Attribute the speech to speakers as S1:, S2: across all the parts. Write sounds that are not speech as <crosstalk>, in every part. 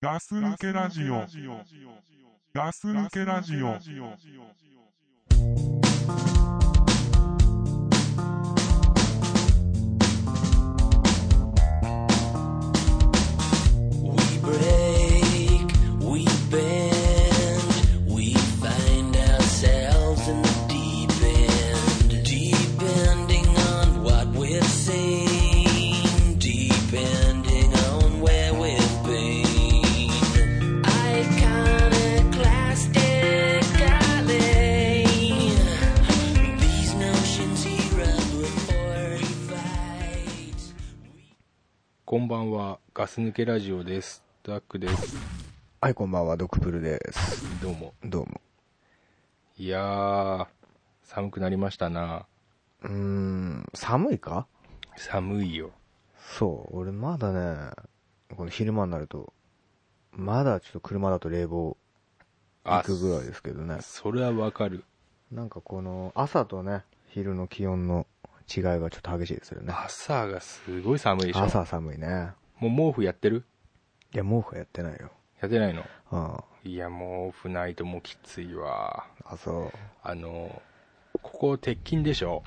S1: ガス抜けラジオ。ガス抜けラジオ。
S2: We break, we bend, we find ourselves in the deep end, depending on what we've seen, depending on where we've been. Iconoclastic alley. These notions here with fortified.
S3: こんばんは、ガス抜けラジオです。ダックです。
S4: はい、こんばんは、ドクプルです。
S3: どうも。
S4: どうも。
S3: いやー、寒くなりましたな。
S4: うーん、寒いか
S3: 寒いよ。
S4: そう、俺まだね、この昼間になると、まだちょっと車だと冷房行くぐらいですけどね。
S3: それはわかる。
S4: なんかこの、朝とね、昼の気温の違いがちょっと激しいですよね。
S3: 朝がすごい寒いでしょ。
S4: 朝寒いね。
S3: もう毛布やってる
S4: いや、毛布はやってないよ。
S3: やってないの
S4: うん。
S3: いや、毛布ないともうきついわ。
S4: あ、そ
S3: あの、ここ鉄筋でしょ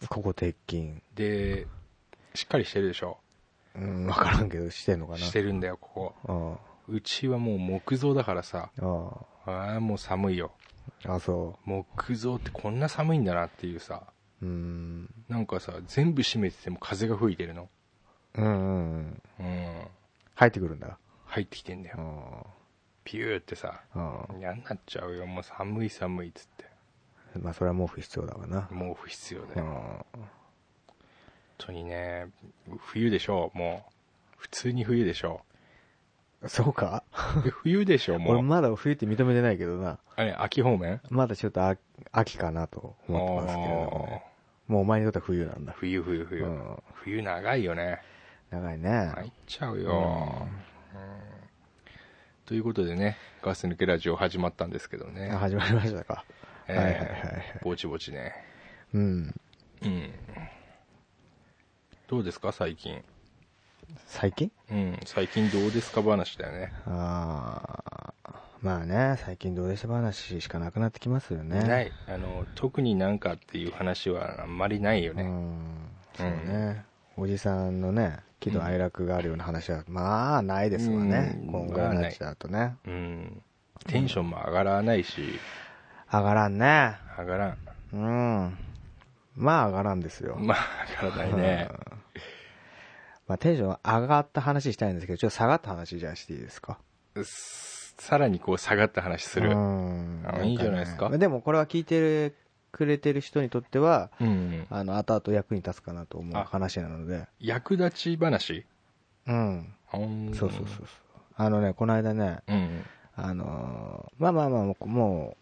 S4: う。ここ鉄筋。
S3: で、しっかりしてるでしょ
S4: うん、わからんけど、してんのかな。
S3: してるんだよ、ここ。
S4: うん。あ
S3: うちはもう木造だからさ、
S4: あ。
S3: あーもう寒いよ。
S4: あ、そ
S3: 木造ってこんな寒いんだなっていうさ。
S4: う。うーん。
S3: なんかさ、全部閉めてても風が吹いてるの。
S4: うんうんう
S3: う
S4: ん。
S3: ん。
S4: 入ってくるんだ。
S3: 入ってきてんだ
S4: う
S3: よ。
S4: ん。
S3: ピューってさ、
S4: うん。
S3: 嫌になっちゃうよ。もう寒い寒いっつって。
S4: まあそれは毛布必要だわな。
S3: 毛布必要だよ。
S4: う
S3: 本
S4: ん。
S3: 当にね、冬でしょ、もう。普通に冬でしょ。
S4: そうか
S3: で冬でしょ、
S4: 俺
S3: もう。
S4: まだ冬って認めてないけどな。
S3: あれ、秋方面
S4: まだちょっとあ秋かなと思ってますけれどもね。もうお前にとっては冬なん
S3: あー
S4: だ。
S3: 冬冬冬、
S4: うん
S3: 冬長いよね。
S4: 長いね。
S3: 入っちゃうよ、うんということでね、ガス抜けラジオ始まったんですけどね。
S4: あ始まりましたか。
S3: えー
S4: はいはいはいはい
S3: ぼちぼちね。
S4: うん。
S3: うん。どうですか、最近。
S4: 最近
S3: うん、最近どうですか話だよね。
S4: ああ。まあね、最近どうでした話しかなくなってきますよね。
S3: ない。あの、特になんかっていう話はあんまりないよ
S4: う
S3: ね。
S4: ん。そうね。おじさんのね、喜怒哀楽があるような話は、まあないですわね
S3: う。ん
S4: こんぐらいになっちゃうとね。
S3: うん。テンションも上がらないし、
S4: 上がらんね。
S3: 上がらん。
S4: うん。まあ上がらんですよ。
S3: まあ、上がらないね。
S4: まあテンション上がった話したいんですけど、ちょっと下がった話じゃあしていいですか。
S3: うっすさらにこう下がった話する。
S4: う
S3: うん。
S4: ん
S3: あいいじゃないですか
S4: んねでもこれは聞いてくれてる人にとっては、あの、後々役に立つかなと思う
S3: あ
S4: 話なので。
S3: 役立ち話
S4: うん。
S3: うん
S4: そうそうそうそう。あのね、この間ね、
S3: うん。
S4: あのーまあまあまあ、もうも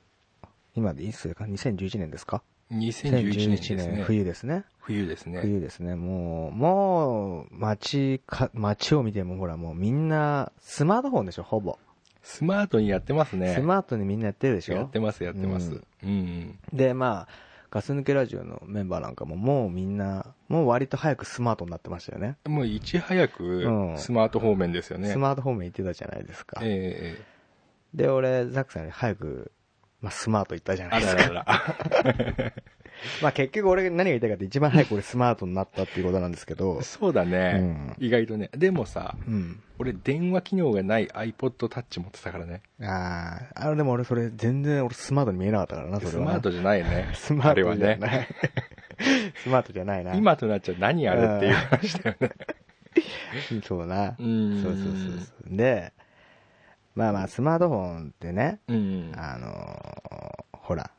S4: う、今でいつか ?2011 年ですか
S3: 2011年ですね。冬。
S4: 冬ですね。
S3: ですね。
S4: 冬ですね。もう、もう、街か、街を見てもほら、もうみんな、スマートフォンでしょ、ほぼ。
S3: スマートにやってますね。
S4: スマートにみんなやってるでしょ。
S3: やってます、やってます。うん。
S4: で、まあ、ガス抜けラジオのメンバーなんかも、もうみんな、もう割と早くスマートになってましたよね。
S3: もういち早く
S4: うん
S3: スマート方面ですよね。
S4: スマート方面行ってたじゃないですか。
S3: え
S4: で、俺、ザックさんより早く、まあ、スマート行ったじゃ
S3: え
S4: ない
S3: あ
S4: で
S3: ら
S4: す
S3: ら
S4: か。
S3: ら
S4: <laughs>
S3: ら。
S4: まあ、結局俺何が言いたいかって、一番早く俺スマートになったっていうことなんですけど、
S3: そうだ <laughs> ね、
S4: う
S3: 意外とね。でもさ、
S4: うん。
S3: 俺電話機能がない iPod Touch 持ってたからね。
S4: あーあの、でも俺それ、全然俺スマートに見えなかったからな、それは
S3: ス
S4: な
S3: マートじゃないよね。
S4: <laughs> スマートじゃ
S3: あれは
S4: ない。
S3: ね。
S4: スマートじゃない <laughs> な。
S3: 今となっちゃう何あれっていう話だよね。
S4: そうだな。
S3: <laughs> うん
S4: そうそうそうそう。で、まあまあ、スマートフォンってね、
S3: うん。
S4: あのーほら、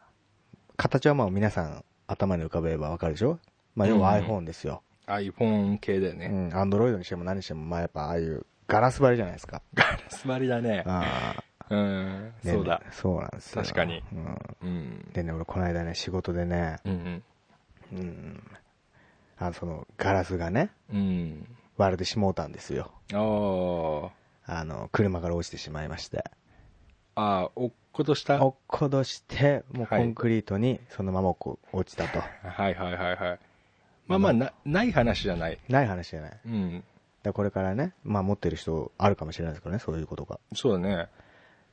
S4: 形はまあ皆さん頭に浮かべればわかるでしょまあ、要は
S3: うん
S4: iPhone ですよ。
S3: iPhone 系だよ
S4: う
S3: ね。
S4: ん、Android にしても何にしても、まあやっぱああいうガラス張りじゃないですか。
S3: ガラス張りだね。
S4: あ
S3: <laughs> うん。
S4: ーね
S3: そうだ。
S4: そうなんですよ。
S3: 確かに
S4: うん。
S3: うん。
S4: でね、俺この間ね、仕事でね、
S3: うん。
S4: うん、あの、その、ガラスがね、
S3: うん。
S4: 割れてしもうたんですよ。
S3: あー
S4: あの、車から落ちてしまいまして。
S3: あー、落っことした。は
S4: 落っことして、もう
S3: は
S4: コ
S3: い
S4: ンクリートにそのままこう落ち
S3: <laughs>
S4: たと。
S3: いはいはいはい。まあまあ、なない話じゃない。
S4: ない話じゃない。
S3: うん。
S4: らこれからね、まあ持ってる人あるかもしれないですからね、そういうことが。
S3: そうだね。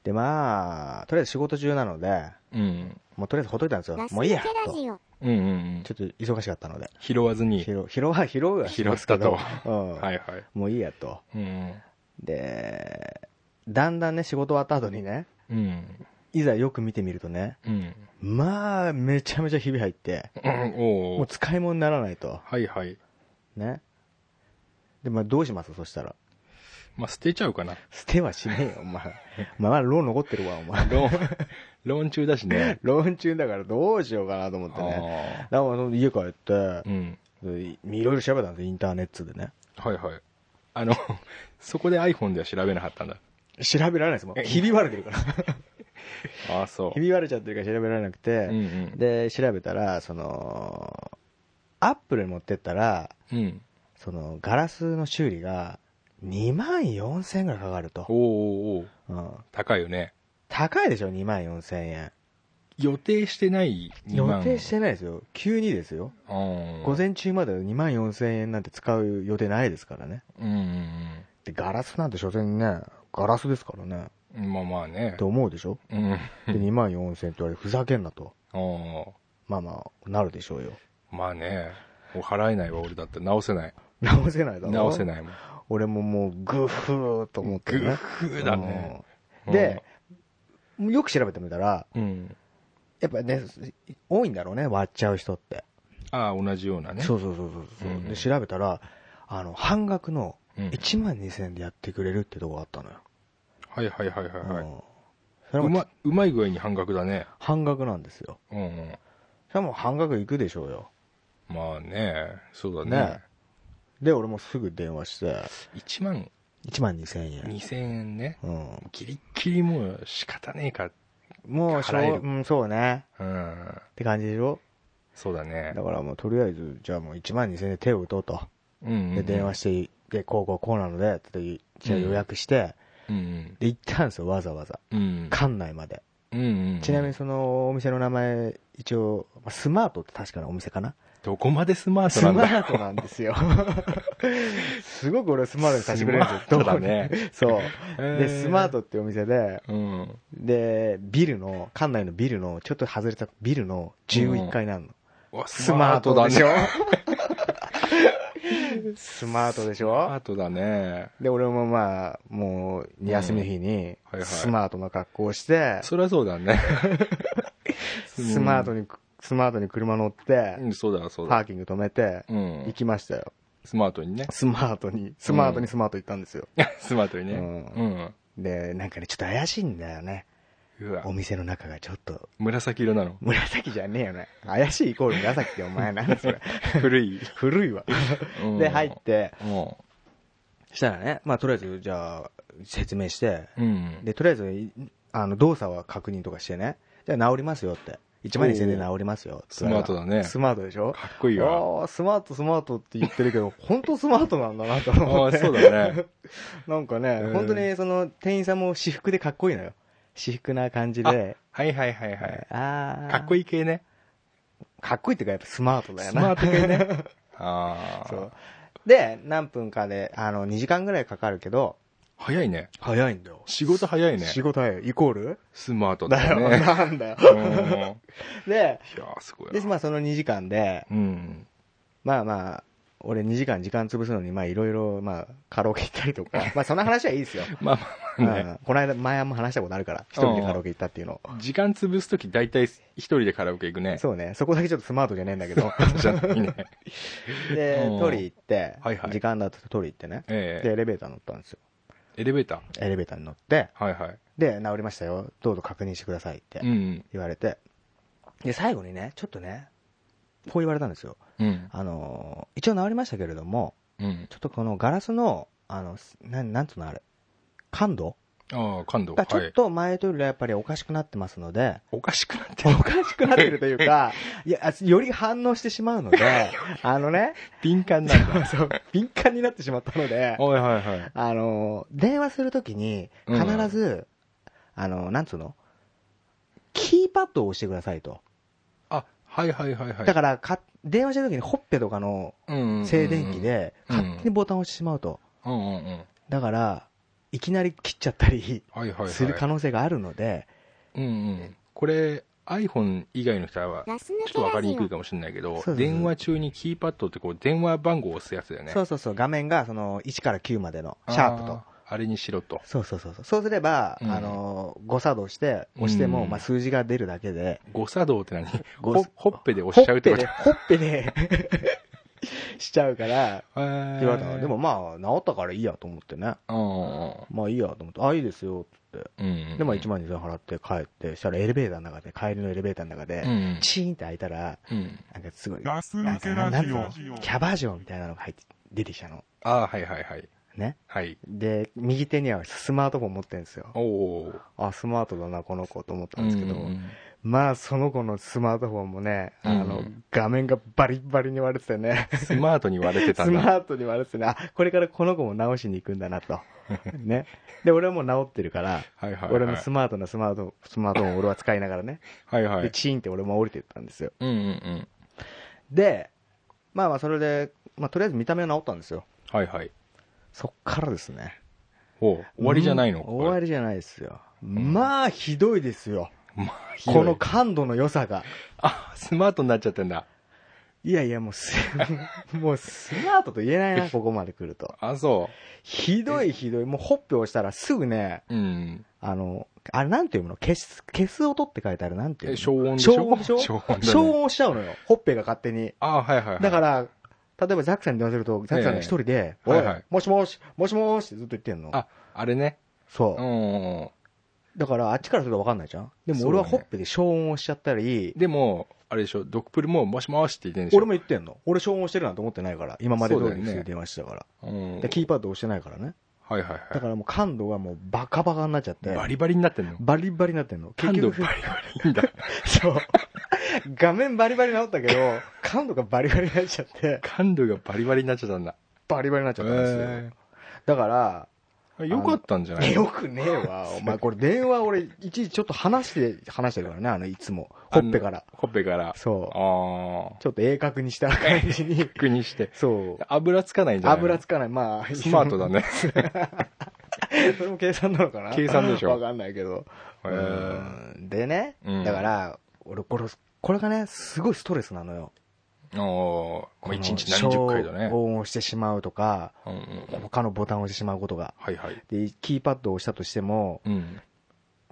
S4: で、まあ、とりあえず仕事中なので、
S3: うん。
S4: もうとりあえずほっといたんですよ
S5: ラ。ス
S4: も
S5: 抜
S4: ういいや
S5: けラ
S4: と。ち
S5: ジオ。
S3: うんうんうん。
S4: ょっと忙しかったので。
S3: 拾わずに。
S4: 拾う、拾は拾うが
S3: 拾ったと。
S4: うん。
S3: はいはい。
S4: もういいやと。
S3: うん
S4: で、だんだんね、仕事終わった後にね、
S3: うん。うん。
S4: いざよく見てみるとね、
S3: うん。
S4: まあ、めちゃめちゃひび入って、
S3: うんお
S4: もう
S3: お。
S4: 使い物にならないと。
S3: はいはい。
S4: ね。で、まあ、どうしますそしたら。
S3: まあ、捨てちゃうか
S4: <laughs>
S3: な。
S4: 捨てはしねえよ、お前。 <laughs> お前まだローン残ってるわ、お前。 <laughs>
S3: ローン、ローン中だしね。
S4: ローン中だからどうしようかなと思ってね。
S3: あ
S4: だから、家帰って
S3: あ。う、ん。
S4: いいろいろ調べたんですよ、インターネットでね。
S3: はいはい。あの、 <laughs> そこで iPhone では調べなかったんだ。
S4: 調べられないですもん。ひび割れ
S3: <laughs>
S4: てるから。
S3: ああ、そ
S4: ひび割れちゃってるから調べられなく
S3: う。うんう
S4: て、
S3: ん。
S4: で、調べたら、その、アップルに持ってったら、
S3: うん。
S4: その、ガラスの修理が、2万4千円ぐらいかかる
S3: お
S4: と。
S3: ーおーおー
S4: うん、
S3: 高いよね。
S4: 高いでしょ、2万4千円。
S3: 予定してない2
S4: 予
S3: 万。
S4: 定してないですよ。急にですよ。
S3: うん。
S4: 午前中まで2万4千円なんて使う予定ないですからね。
S3: うんうん
S4: で、ガラスなんて所詮ね、ガラスですからね。
S3: うん。まあまあね
S4: って。思うでしょ
S3: うん。
S4: で、2万4千円って言われてふざけんなと。
S3: あ
S4: まあまあ、なるでしょうよ。
S3: あ。まあね。もう払えないわ、俺だって。直せない。
S4: 直せないだろ。
S3: 直せないいもん。
S4: 俺ももう、グフーと思ってね。
S3: グフだね
S4: うん。で、よく調べてみたら、
S3: うん。
S4: やっぱね、多いんだろうね、割っちゃう人って。
S3: ああ、同じようなね。
S4: そうそうそうそうそう、
S3: うん
S4: で、調べたら、あの、半額の
S3: うん
S4: 1万2000円でやってくれるってとこがあったのよ。
S3: はいはいはいはいは
S4: う
S3: い。
S4: んそれ
S3: う
S4: も
S3: ま、うまい具合に半額だね。
S4: 半額なんですよ。
S3: うんうん。
S4: それはもう半額いくでしょうよ。
S3: まあね。そうだね
S4: ね。で、俺もすぐ電話して、
S3: 1万
S4: 1万2000円。
S3: 2000円ね。
S4: うん。
S3: ギリッギリもう仕方ねえか。
S4: もうしょ
S3: 払える
S4: う、うん、そうね。
S3: うん。
S4: って感じでしょ
S3: そうだね
S4: だ。からもうとりあえず、じゃあもう1万2000円で手を打とうと。
S3: うんうんうん。
S4: で、電話して、で、こうこうこうなので、って、じゃあ予約して、
S3: うん
S4: で、行ったんですよ、わざわざ。
S3: うん。うん。
S4: 館内まで。
S3: うんうんうん。
S4: ちなみにそのお店の名前、一応、まあスマートって確かなお店かな
S3: どこまでスマー
S4: ス
S3: トな
S4: マ
S3: んだ
S4: ートなんで
S3: <laughs>
S4: すよ。すごく俺スマートにさせてくれるんですよ。
S3: スマート
S4: どこ
S3: だ
S4: に
S3: ね。
S4: そう。
S3: へ
S4: で、
S3: ー
S4: スマートってお店で、
S3: うん。
S4: で、ビルの、館内のビルの、ちょっと外れたビルの11階なの。
S3: わ
S4: スマートでしょ
S3: ス
S4: スマ <laughs> ートでし
S3: マー
S4: ょ
S3: トだね。
S4: で、俺もまあ、もう、休みの日に
S3: いはい、
S4: スマートな格好をして、
S3: そりゃそうだね。
S4: <laughs> スマートに、スマートに車乗って
S3: う、ん、そうだそう
S4: パ
S3: だ
S4: ー。キング止めて、
S3: うん
S4: 行きましたよ。
S3: スマートにね。 <laughs>
S4: スマートに、スマートにスマート行ったんですよ。
S3: スマートにね。
S4: う
S3: うん。
S4: で、なんかね、ちょっと怪しいんだよね。
S3: うわ
S4: お、店の中がちょっと、。
S3: 紫色なの
S4: 紫じゃねえよね。怪しいイコール紫ってお前なんだそれ。
S3: 古い。
S4: <laughs> 古いわ
S3: うん。
S4: で、入って、
S3: も
S4: したらね、まあとりあえず、じゃあ、説明して、
S3: う。うん。
S4: で、とりあえず、いあの、動作は確認とかしてね、じゃあ治りますよって。1万2000円で治りますよって言われた
S3: スマートだね
S4: スマートでしょ
S3: かっこいいわ。
S4: あースマート、スマートって言ってるけど、 <laughs> 本当スマートなんだなと思
S3: あ
S4: っ
S3: あ、
S4: て。
S3: そうだね。
S4: <laughs> なんかね
S3: う、ん
S4: 本当にその店員さんも私服でかっこいいのよ。私服な感じで。
S3: はいはいはいはい。
S4: あ
S3: かっこ
S4: いい。
S3: いい系ね。
S4: かっこいいっていうかやっぱスマートだよ
S3: ス
S4: な。
S3: マート系
S4: <laughs>
S3: ね。あ
S4: そ
S3: あ
S4: う。。で、何分かで、あの、2時間ぐらいかかるけど。
S3: 早いね。
S4: 早いんだよ。
S3: 仕事早いね。
S4: 仕事早い。イコール
S3: スマート
S4: だ
S3: だ
S4: よ、
S3: よね。
S4: <laughs> なんだよ。
S3: うん。いや
S4: で、
S3: ーすごい
S4: で、
S3: な。
S4: まあその2時間で、
S3: うん。
S4: まあまあ、俺2時間時間潰すのに、まあいろいろ、まあカラオケ行ったりとか、 <laughs> まあその話はいいですよ。
S3: まあまあ
S4: う
S3: まあね。
S4: ん、この間、前も話したことあるから、一人でカラオケ行ったっていうの。
S3: 時間潰すとき大体一人でカラオケ行くね。
S4: そうね、そこだけちょっとスマートじゃねえんだけど。
S3: <laughs> じゃないね。
S4: で
S3: う、ん
S4: 取り行って、
S3: はいはい
S4: 時間だって取り行ってね。
S3: え
S4: で、
S3: え
S4: エレベーター乗ったんですよ。
S3: エレベーター。
S4: エレベーターに乗って、
S3: はいはい。
S4: で、治りましたよ。どうぞ確認してくださいって
S3: うん
S4: 言われて。で、最後にね、ちょっとね、こう言われたんですよ。
S3: うん。うん。
S4: あのー、一応治りましたけれども、
S3: うん。
S4: ちょっとこのガラスの、あの、すなん、なんつうのあれ、感度
S3: ああ、感度。は
S4: がちょっ
S3: い。
S4: と前とよりはやっぱりおかしくなってますので、
S3: <laughs> おかしくなって
S4: <laughs> お
S3: る。
S4: かしくなってるとい
S3: <laughs>
S4: うか、いや、あより反応してしまうので、あのね、
S3: 敏感なんだ。
S4: そう、敏感になってしまったの
S3: は
S4: で、
S3: いはいはい。
S4: あの、電話するときに、
S3: うん
S4: 必ず、あの、なんつうのキーパッドを押してくださいと。
S3: あ、はいはいはいはい。
S4: だからか、電話したときにほっぺとかの
S3: ら
S4: 静電気、で、
S3: うん
S4: 勝手にボタンを押してしまうと。
S3: うんうんうん。
S4: だから、いきなり切っちゃったり
S3: はいはいはい。
S4: する可能性があるので、
S3: うんうん。これ、iPhone 以外の人は、ちょ
S5: ガス抜
S3: っ
S5: け
S3: とわか
S5: ラ
S3: りに
S5: ジ
S3: くい
S5: オ
S3: かもしれないけど
S4: そうそ、う
S3: 電話中にキーパッドってこう、電話番号を押すやつだよね。
S4: そうそうそう、画面がその1から9までのシャープと
S3: あ。ー。あれにしろと。
S4: そうそうそうそう。そうすれば、
S3: うん
S4: あの、誤作動して、押しても、
S3: うん
S4: まあ、数字が出るだけで、
S3: 誤作動って何
S4: 誤
S3: ほほっぺで押しちゃうってこと
S4: ほっぺで、ほっぺで <laughs> しちゃうから、
S3: へー
S4: 言われたの。でもまあ、治ったからいいやと思ってね。
S3: う
S4: まあいいやと思って、あ、いいですよ、つって。
S3: んうんうん。うん。
S4: で、まあ1万2000円払って帰って、したらエレベーターの中で、帰りのエレベーターの中で
S3: う、ん
S4: チーンって開いたら、
S3: うん。うん。
S4: なんかすごい、
S1: ガス
S4: なん
S1: 抜
S4: か
S1: け
S4: な
S1: ラ
S4: なん
S1: ジ
S4: つう
S1: オ
S4: のキャバ嬢みたいなのが入って、出てきたの。
S3: ああ、はいはいはい。
S4: ね。
S3: はい。
S4: で、右手にはスマートフォン持ってるんですよ。
S3: おお。
S4: あ、スマートだな、この子と思ったんですけど、
S3: うんうん
S4: まあ、その子のスマートフォンもね、あ
S3: う
S4: の
S3: ん、
S4: 画面がバリッバリに割れててね、
S3: スマートに割れてた
S4: ス
S3: ん
S4: マ
S3: だ。
S4: ートに割れててね、あ、これからこの子も直しに行くんだ
S3: <laughs>
S4: なと。ね。で、俺はもう直ってるから、
S3: はいはいはい。
S4: 俺のスマートなスマート、スマートフォンを俺は使いながらね、
S3: はいは
S4: で、
S3: い。
S4: チーンって俺も降りてったんですよ。
S3: うんうんうん。
S4: で、まあまあ、それで、まあ、とりあえず見た目は直ったんですよ。
S3: はいはい。
S4: そっからですね。
S3: おう終わりじゃないの
S4: うん終わ
S3: り。
S4: りじゃないですよ。まあ、ひどいですよ。
S3: まあ、ひどい
S4: この感度の良さが。
S3: あ、スマートになっちゃってんだ。
S4: いやいや、もうす、 <laughs> もうスマートと言えな
S3: <laughs>
S4: いな、ここまで来ると。
S3: あ、そ
S4: ひどいひどい。もうほっぺ押したらすぐね、
S3: う。うん。
S4: あの、あれなんていうの消す、消す音って書いてあるなんていう
S3: え
S4: の
S3: 消音でしょ
S4: 消音でしょ
S3: 消
S4: 消
S3: 音だね
S4: 音押しちゃうのよ。ほっぺが勝手に。
S3: あはいはいはい。
S4: だから、例えばザックさんに電話すると、ザックさんが一人で、おい
S3: はいはい、
S4: もしもし、もしもしってずっと言ってんの。
S3: あ、あれね。
S4: そうう。
S3: ん。
S4: だから、あっちからすると分かんないじゃん。でも俺は
S3: そうだ
S4: ほ
S3: ね
S4: っぺで消音押しちゃったり、
S3: でも、あれでしょ、ドクプルももしもしって言ってんでしょ。
S4: 俺も言ってんの。俺消音押してるなんて思ってないから、今まで通りにする電話してたから。
S3: うん。は
S4: で
S3: い
S4: キーパッド押してないからね。
S3: はいは
S4: だからもう感度がもうバカバカになっちゃって。
S3: い。バリバリになってんの。
S4: バリバリになってんの。
S3: 感度バリバリいいんだ。
S4: そう。 <laughs> 画面バリバリ直ったけど、感度がバリバリになっちゃって、
S3: 感度がバリバリになっちゃったんだ。
S4: バリバリになっちゃったんですよ。
S3: へ
S4: だから、
S3: えよかったんじゃない
S4: よくねえわ。お前これ電話俺、いちいちちょっと話して、話してるからね、あの、いつも。ほっぺから。
S3: ほっぺから。
S4: そう。
S3: ああ。
S4: ちょっと鋭角にした感じに。
S3: 確認して。
S4: そう。
S3: 油つかないんじゃない
S4: 油つかない。まあ、
S3: スマートだ <laughs> ね。
S4: <laughs> それも計算なのかな
S3: 計算でしょ
S4: わかんないけど。
S3: へ
S4: うんでね
S3: うん、
S4: だから、俺、これ、これがね、すごいストレスなのよ。
S3: おー、まあ、
S4: この
S3: 1日何十回だね。
S4: 消音をしてしまうとか、
S3: うんうん、
S4: 他のボタンを押してしまうことが。
S3: はいはい。
S4: で、キーパッドを押したとしても、
S3: うん。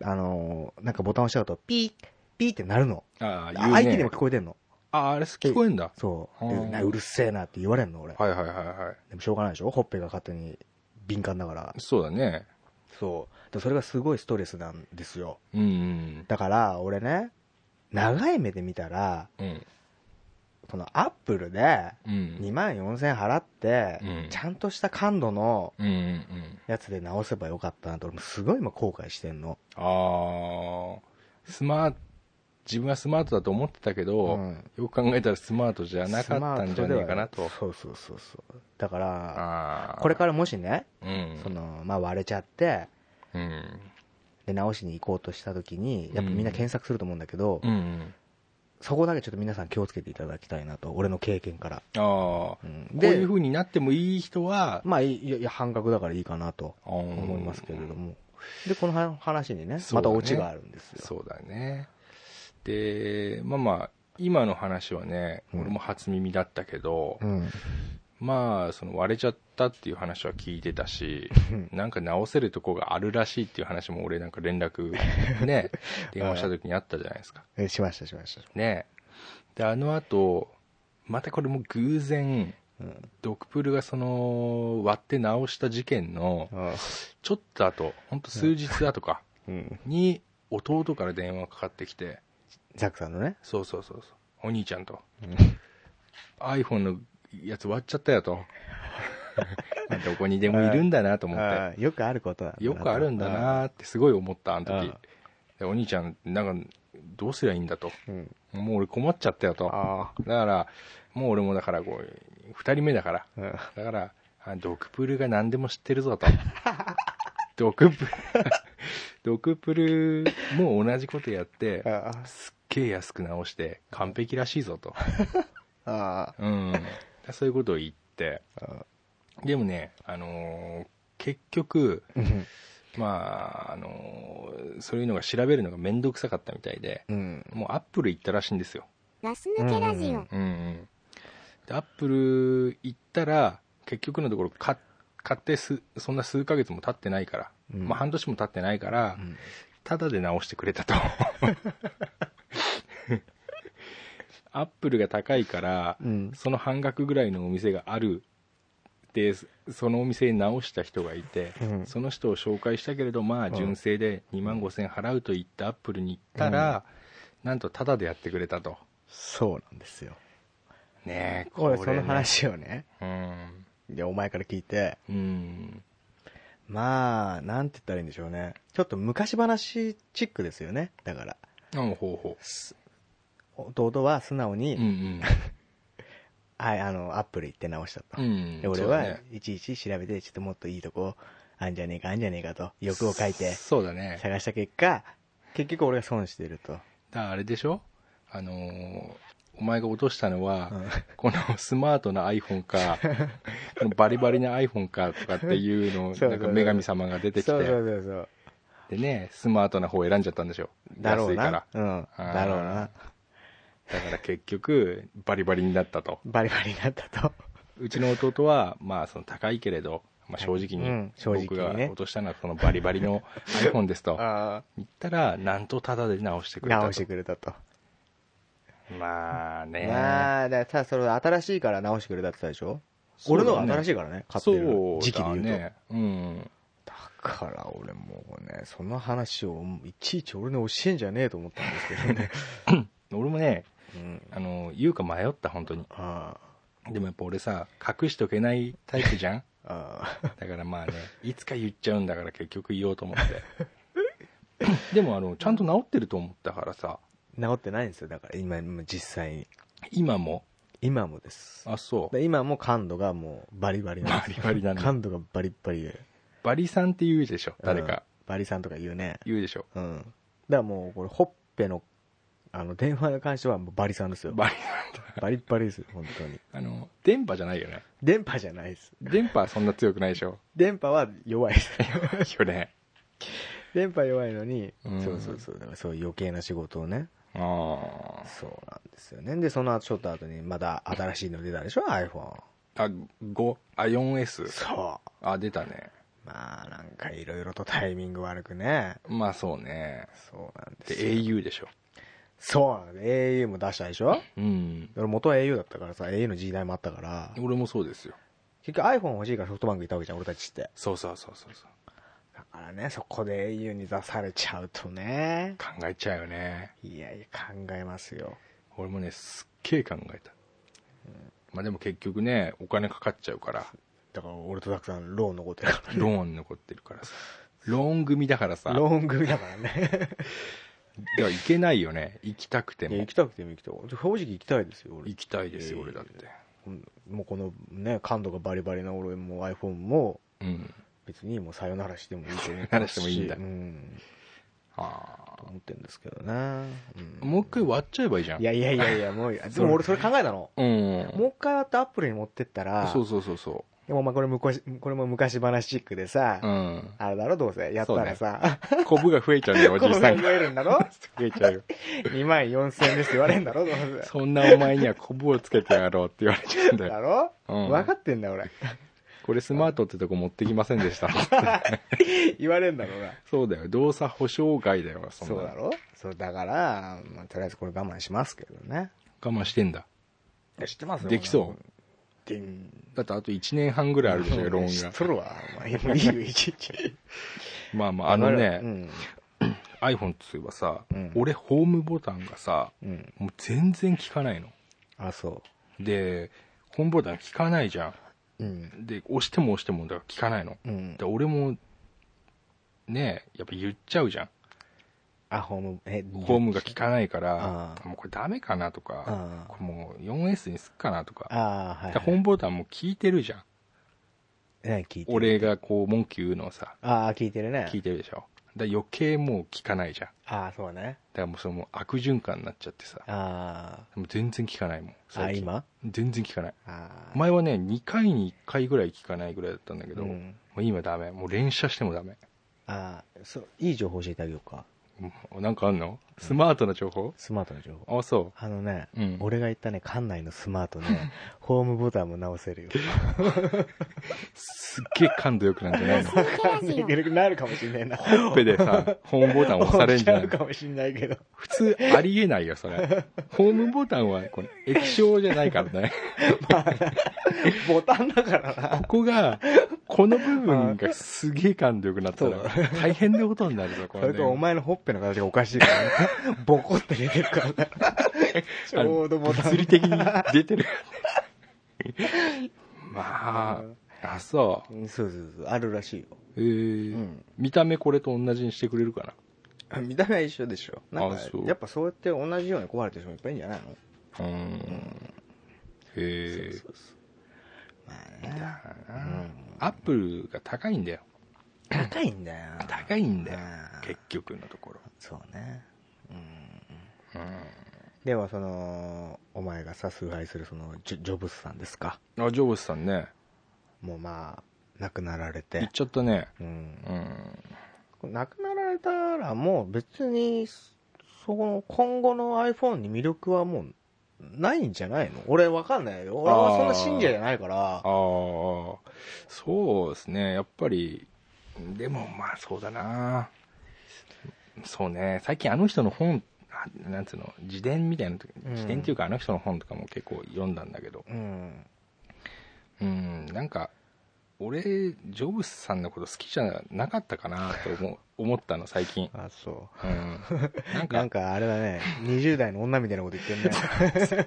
S4: あのーなんかボタンを押しちゃうと、ピー、ピーってなるの。
S3: ああ、言うね。
S4: 相手にも聞こえてんの。
S3: あ、あれ聞こえんだ。
S4: そう。
S3: う
S4: で
S3: ん
S4: なうるせえなって言われんの、俺。
S3: はいはいはいは
S4: でもしょうがないでしょほっぺが勝手に敏感だから
S3: い。。そうだね。
S4: そう。でそれがすごいストレスなんですよ。
S3: うん
S4: だから、俺ね、長い目で見たら、
S3: うん。うん。
S4: このアップルで、
S3: うん。
S4: 2万4000円払って、
S3: うん
S4: ちゃんとした感度の
S3: うんうんうん。
S4: やつで直せばよかったなと、俺もすごい今後悔してんの。
S3: ああ、スマート、自分はスマートだと思ってたけど、
S4: うん
S3: よく考えたらスマートじゃなかったんじゃねえかなと。
S4: スマートではそうそうそうそう。だから、
S3: ああ。
S4: これからもしね、
S3: うん。
S4: その、まあ割れちゃって、
S3: うん。
S4: で、直しに行こうとしたときに、やっぱみんな検索すると思うんだけど、
S3: うん。
S4: そこだけちょっと皆さん気をつけていただきたいなと、俺の経験から。
S3: ああ。こ
S4: うん
S3: うい
S4: で
S3: う、風になってもいい人は、
S4: まあいいいやいや、半額だからいいかなと
S3: 思
S4: 思いますけれども。で、このは話にね、
S3: そう
S4: ま
S3: だ
S4: た
S3: ね
S4: オチがあるんですよ。
S3: そうだね。で、まあまあ、今の話はね、
S4: うん
S3: 俺も初耳だったけど、
S4: うん。
S3: まあ、その割れちゃったっていう話は聞いてたし、
S4: うん
S3: なんか直せるとこがあるらしいっていう話も俺なんか連絡、
S4: <laughs>
S3: ね、電話した時にあったじゃないですか。
S4: え、しました、しました。
S3: ね。で、あの後、またこれも偶然、
S4: うん
S3: ドクプルがその割って直した事件のちょっと後、ほんと数日後か、
S4: うん。
S3: に弟から電話がかかってきて、
S4: ザックさんのね。
S3: そうそうそうそう。お兄ちゃんと。iPhone のやつ割っちゃったよと。なんかどこにでもいるんだなと思っ
S4: あーよくあることだな
S3: て。よくあるんだなってすごい思った、あの時。でお兄ちゃん、なんか、どうすりゃいいんだと。
S4: うん。
S3: もう俺困っちゃったよと。
S4: あ
S3: だから、もう俺もだからこう、二人目だから。
S4: あ。
S3: だから、あドクプルが何でも知ってるぞ <laughs> と。ドクプル、 <laughs> ドクプルも同じことやって、
S4: あ
S3: すっげえ安く直して完璧らしいぞと、
S4: あ。
S3: うん、そういうことを言ってでもね、あのー結局、
S4: うん
S3: まあ、あのーそういうのが調べるのが面倒くさかったみたいで、
S4: うん。
S3: もうアップル行ったらしいんですよ。
S5: ガス抜けラジオ。
S3: うんうん。で、アップル行ったら、結局のところ買っ、買ってす、そんな数ヶ月も経ってないから、
S4: うん
S3: まあ半年も経ってないから、
S4: うん
S3: ただで直してくれたと。 <laughs> アップルが高いから、
S4: うん。
S3: その半額ぐらいのお店があるでそのお店に直した人がいて、
S4: うん
S3: その人を紹介したけれどまあ
S4: ん
S3: 純正で2万5000円払うと言ったアップルに行ったら、なんとタダでやってくれたと
S4: そうなんですよ。
S3: ねえ
S4: 俺、
S3: ね
S4: その話をね、
S3: うん
S4: で、お前から聞いて、
S3: うん
S4: まあ、なんて言ったらいいんでしょうね。ちょっと昔話チックですよね。だから、
S3: うんほうほ
S4: 弟は素直
S3: う
S4: に、
S3: うんうん
S4: ああの、アップル行って直したと。
S3: うん
S4: で俺
S3: そうだ
S4: は
S3: ね、
S4: いちいち調べて、ちょっともっといいとこ、あんじゃねえか、あんじゃねえかと、欲を書いて、
S3: そうだね
S4: 探した結果、結局俺が損してると。
S3: だからあれでしょあのーお前が落としたのは、
S4: うん
S3: このスマートな iPhone
S4: <laughs>
S3: かこのバリバリな iPhone かとかっていうのを
S4: そうそう
S3: なんか女神様が出てきて
S4: そうそうそうそう。
S3: でねスマートな方を選んじゃったんでしょ
S4: だろ
S3: 安
S4: う
S3: いから
S4: な。うん。
S3: ー
S4: だろうな。
S3: だから結局バリバリになったと
S4: バリバリになったと。
S3: うちの弟はまあその高いけれど、まあ、正直に、
S4: うん正直にね
S3: 僕が落としたのはこのバリバリ
S4: <laughs>
S3: の iPhone ですと
S4: <laughs> あ
S3: 言ったらなんとタダで直して
S4: あ。
S3: くれたと
S4: 直してくれたと。
S3: まあね
S4: まあ、だからさ、それ新しいから直してくれたって言ったでしょ
S3: そう
S4: 俺
S3: だね
S4: のが新しいからね、買ってる時期で言
S3: そうう
S4: と。
S3: だねうん
S4: だから俺もうね、その話をいちいち俺に教えんじゃねえと思ったんですけど <laughs> ね。
S3: 俺もね
S4: うん。
S3: あの言うか迷った本当に
S4: あ
S3: でもやっぱ俺さ隠しとけないタイプじゃ
S4: <laughs>
S3: ん
S4: あ。あ
S3: だからまあねいつか言っちゃうんだから結局言おうと思って <laughs> でもあのちゃんと治ってると思ったからさ
S4: あ。治ってないんですよ、だから今、実際に。
S3: 今も
S4: 今もです。
S3: あそう
S4: で今も感度がもうバリバリなんですよ
S3: バリバリなんだ
S4: 感度がバリバリで。
S3: バリさんって言うでしょ誰か
S4: うんバリさんとか言うね。
S3: 言うでしょ
S4: うん。だからもう、これ、ほっぺの、あの、電話に関してはもうバリさんですよ。
S3: バリ
S4: バリッバリですよ、本当に。
S3: あの電波じゃないよね
S4: 電波じゃないです。
S3: 電波はそんな強くないでし
S4: <laughs>
S3: ょ
S4: 電波は弱
S3: <laughs>
S4: いです。
S3: よね
S4: 電波弱いのに、
S3: うん
S4: そうそうそう、だからそういう余計な仕事をね。
S3: あ
S4: そうなんですよね。で、その後、ちょっと後に、また新しいの出たでしょ、iPhone。
S3: あ5あ 4S
S4: そう。
S3: あ出たね
S4: まあ、なんかいろいろとタイミング悪くね。
S3: まあそうね
S4: そうなん
S3: で
S4: で
S3: す
S4: よ。
S3: au でしょ
S4: そうなんです。au も出したでしょ
S3: うん
S4: 俺元は au だったからさ、au の時代もあったから、
S3: 俺もそうですよ
S4: 結局 iPhone 欲しいからソフトバンクいたわけじゃん、俺たちって。
S3: そうそうそうそうそう
S4: だからね、そこで au に出されちゃうとね。
S3: 考えちゃうよね
S4: いやいや、考えますよ。
S3: 俺もねすっげえ考えた、まあでも結局ねお金かかっちゃうから
S4: だから俺とたくさんローン残ってるからね。
S3: ローン残ってるからさローン組だからさ
S4: ローン組だからね。
S3: <laughs> では行けないよね行きたくて
S4: いや、
S3: も
S4: 行きたくても行きたい。正直行きたいですよ、俺
S3: 行。きたいですよ
S4: いや
S3: 俺
S4: い
S3: だ
S4: や
S3: って
S4: もうこのね、感度がバリバリな俺も iPhone も、
S3: うん
S4: 別にもうさよならしてもいいと思う。
S3: さよならしてもいいんだ
S4: うん。
S3: あ
S4: と思ってるんですけどね。うん
S3: あもう一回割っちゃえばいいじゃん
S4: いやいやいや
S3: <laughs>
S4: いや、もう、でも俺それ考えたの。
S3: うん
S4: もう一回だってアップルに持ってったら、
S3: そうそうそうそ
S4: でもまあこれ昔、これも昔話チックでさ、
S3: ううん
S4: あれだろどうせ、やったらさ、
S3: コブが増えちゃ <laughs> うんだよおじ
S4: <laughs> こ
S3: い
S4: の
S3: さ
S4: が
S3: んが
S4: 増えるんだろ
S3: 増えちゃ
S4: <laughs>
S3: うよ
S4: ?2 万4000円ですって言われるんだろどうせ。
S3: そんなお前にはコブをつけてやろうって言われちゃうんだ
S4: だ
S3: <laughs> よ
S4: ろ、
S3: うん
S4: 分かってんだ俺。
S3: これスマートってとこ持ってきませんで <laughs> した
S4: 言われるんだろうな。
S3: そうだよ動作保証外だよそんな
S4: そうだろそう、だから、まあ、とりあえずこれ我慢しますけどね。
S3: 我慢してんだ
S4: 知ってます。
S3: できそう
S4: でん。
S3: だってあと1年半ぐらいあるでしょロー
S4: 知
S3: ン
S4: っ
S3: が
S4: とるわ。お前もういいよ、いちいち。
S3: ま <laughs> あまああのね、
S4: うん。
S3: iPhone っつえばさ、
S4: うん
S3: 俺ホームボタンがさ
S4: うん。
S3: もう全然効かないの
S4: あ、そ
S3: でホームボタン効かないじゃ
S4: う。うん。
S3: んで押しても押してもだから効かないの
S4: うん
S3: で。俺もねやっぱ言っちゃうじゃん
S4: あ、ホーム、え、
S3: ホームが効かないから
S4: ああ
S3: もうこれダメかなとか
S4: あ
S3: これもう 4S にすっかなとか
S4: あー、はい、
S3: でホームボタンも効いてるじゃん
S4: ね、聞いてる。
S3: 俺がこう文句言うのをさ
S4: ああ、聞いてるね。
S3: 聞いてるでしょだから余計もう効かないじゃん。だ
S4: ああ、そうだね。
S3: からもうそのもう悪循環になっちゃってさ。
S4: あ
S3: もう全然効かないもん。
S4: あ。あ、
S3: 最近
S4: 今
S3: 全然効かない。
S4: ああ。
S3: 前はね、2回に1回ぐらい効かないぐらいだったんだけど、
S4: う
S3: も
S4: ん、
S3: う今ダメ。もう連射してもダメ。
S4: ああ、そう、いい情報教えてあげようか。
S3: うんなんかあんのスマートな情報、
S4: スマートな情報。
S3: あ、そ
S4: あのね、
S3: うん
S4: 俺が言ったね、館内のスマートね、ホームボタンも直せるよ。
S3: う。すっげえ感度良くなんじゃ
S4: <laughs>
S3: ないのほ
S4: 館
S3: <laughs>
S4: 内でなるかもしんないな。
S3: っぺでさ、ホームボタン押されんじゃない
S4: 押しち
S3: の
S4: うかもしんないけど。
S3: 普通ありえないよ、それ。ホームボタンは、これ、液晶じゃないから
S4: <laughs>
S3: ね。
S4: ボタンだからな
S3: こ。こが、この部分がすげえ感度良くなったら、大変なことになるぞ、こ
S4: そ
S3: れ、
S4: れとお
S3: ね。
S4: 前のほっぺの形がおかしい
S3: <laughs>
S4: からね。ボコって出てるからね。ち
S3: あの
S4: ょうどボタン。
S3: 物理的に出
S4: <laughs>
S3: てる。まあ、あ、そ
S4: うんそうそうそう、あるらしいよ。
S3: う。えー
S4: ん
S3: 見た目これと同じにしてくれるかな。
S4: 見た目は一緒でしょ。なんか
S3: あそう、
S4: やっぱそうやって同じように壊れてる人もいっぱいいるんじゃないの
S3: うーん。へえ。
S4: そうそうそう。まあね。
S3: アップルが高いんだよ。
S4: うん高いんだよ。
S3: 高いんだよ
S4: うん。
S3: 結局のところ。
S4: そうね。うん。では、その、お前がさ、崇拝するその、ジョジョブスさんですか。
S3: あ、ジョブズさんね。
S4: もうまあ、亡くなられ
S3: 行
S4: て
S3: っ。ちゃったね。
S4: うん。
S3: うん。
S4: 亡くなられたらもう別に、そこの今後の iPhone に魅力はもうないんじゃないの俺わかんないよ。俺はそんな信者じゃないから
S3: あ。あ、そうですね。やっぱり、でもまあそうだな。そうね。最近あの人の本、あなんつうの、自伝みたいな、
S4: うん
S3: 自伝っていうかあの人の本とかも結構読んだんだけど、
S4: うん。
S3: うん、なんか、俺、ジョブズさんのこと好きじゃなかったかなと思う思ったの、最近。
S4: あ、そ
S3: <laughs>
S4: う。
S3: うん。なん
S4: なん
S3: か、
S4: かあれだね、20代の女みたいなこと言ってんね。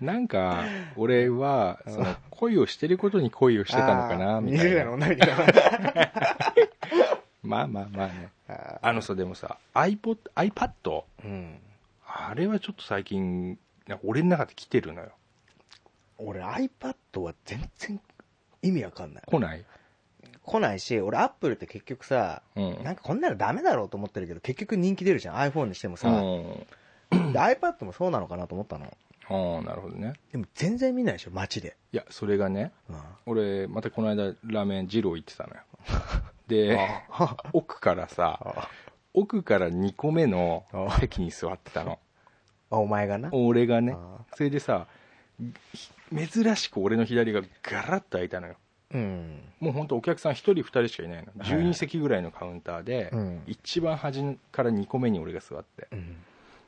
S3: なん
S4: <laughs>
S3: か、俺は、その、恋をしてることに恋をしてたのか
S4: あ
S3: な、
S4: ー
S3: みたい
S4: 20代
S3: な
S4: の。女みたいな。
S3: まあまあ <laughs> まあね。
S4: あ
S3: あのさ、でもさ、iPod、iPad?
S4: ーうん。
S3: あれはちょっと最近、なんか俺の中で来てるのよ。
S4: 俺 iPad は全然意味わかんない。
S3: 来ない
S4: 来ないし、俺 Apple って結局さ、
S3: うん
S4: なんかこんなのダメだろうと思ってるけど、結局人気出るじゃん。iPhone にしても
S3: う
S4: さ。
S3: ん。
S4: で iPad もそうなのかなと思ったの。
S3: ああ、なるほどね。
S4: でも全然見ないでしょ、街で。
S3: いや、それがね、
S4: うん
S3: 俺、またこの間、ラーメン二郎行って
S4: <laughs>
S3: たのよ。で、 <laughs> 奥からさ、奥から2個目の
S4: あ
S3: 席に座ってたの。
S4: あ、お前がな。
S3: 俺がね
S4: あ。
S3: それでさ、珍しく俺の左がガラッと開いたのよ。
S4: うん。
S3: もう本当お客さん1人2人しかいないの
S4: はい
S3: 12席ぐらいのカウンターで、
S4: うん
S3: 一番端から2個目に俺が座って
S4: うん。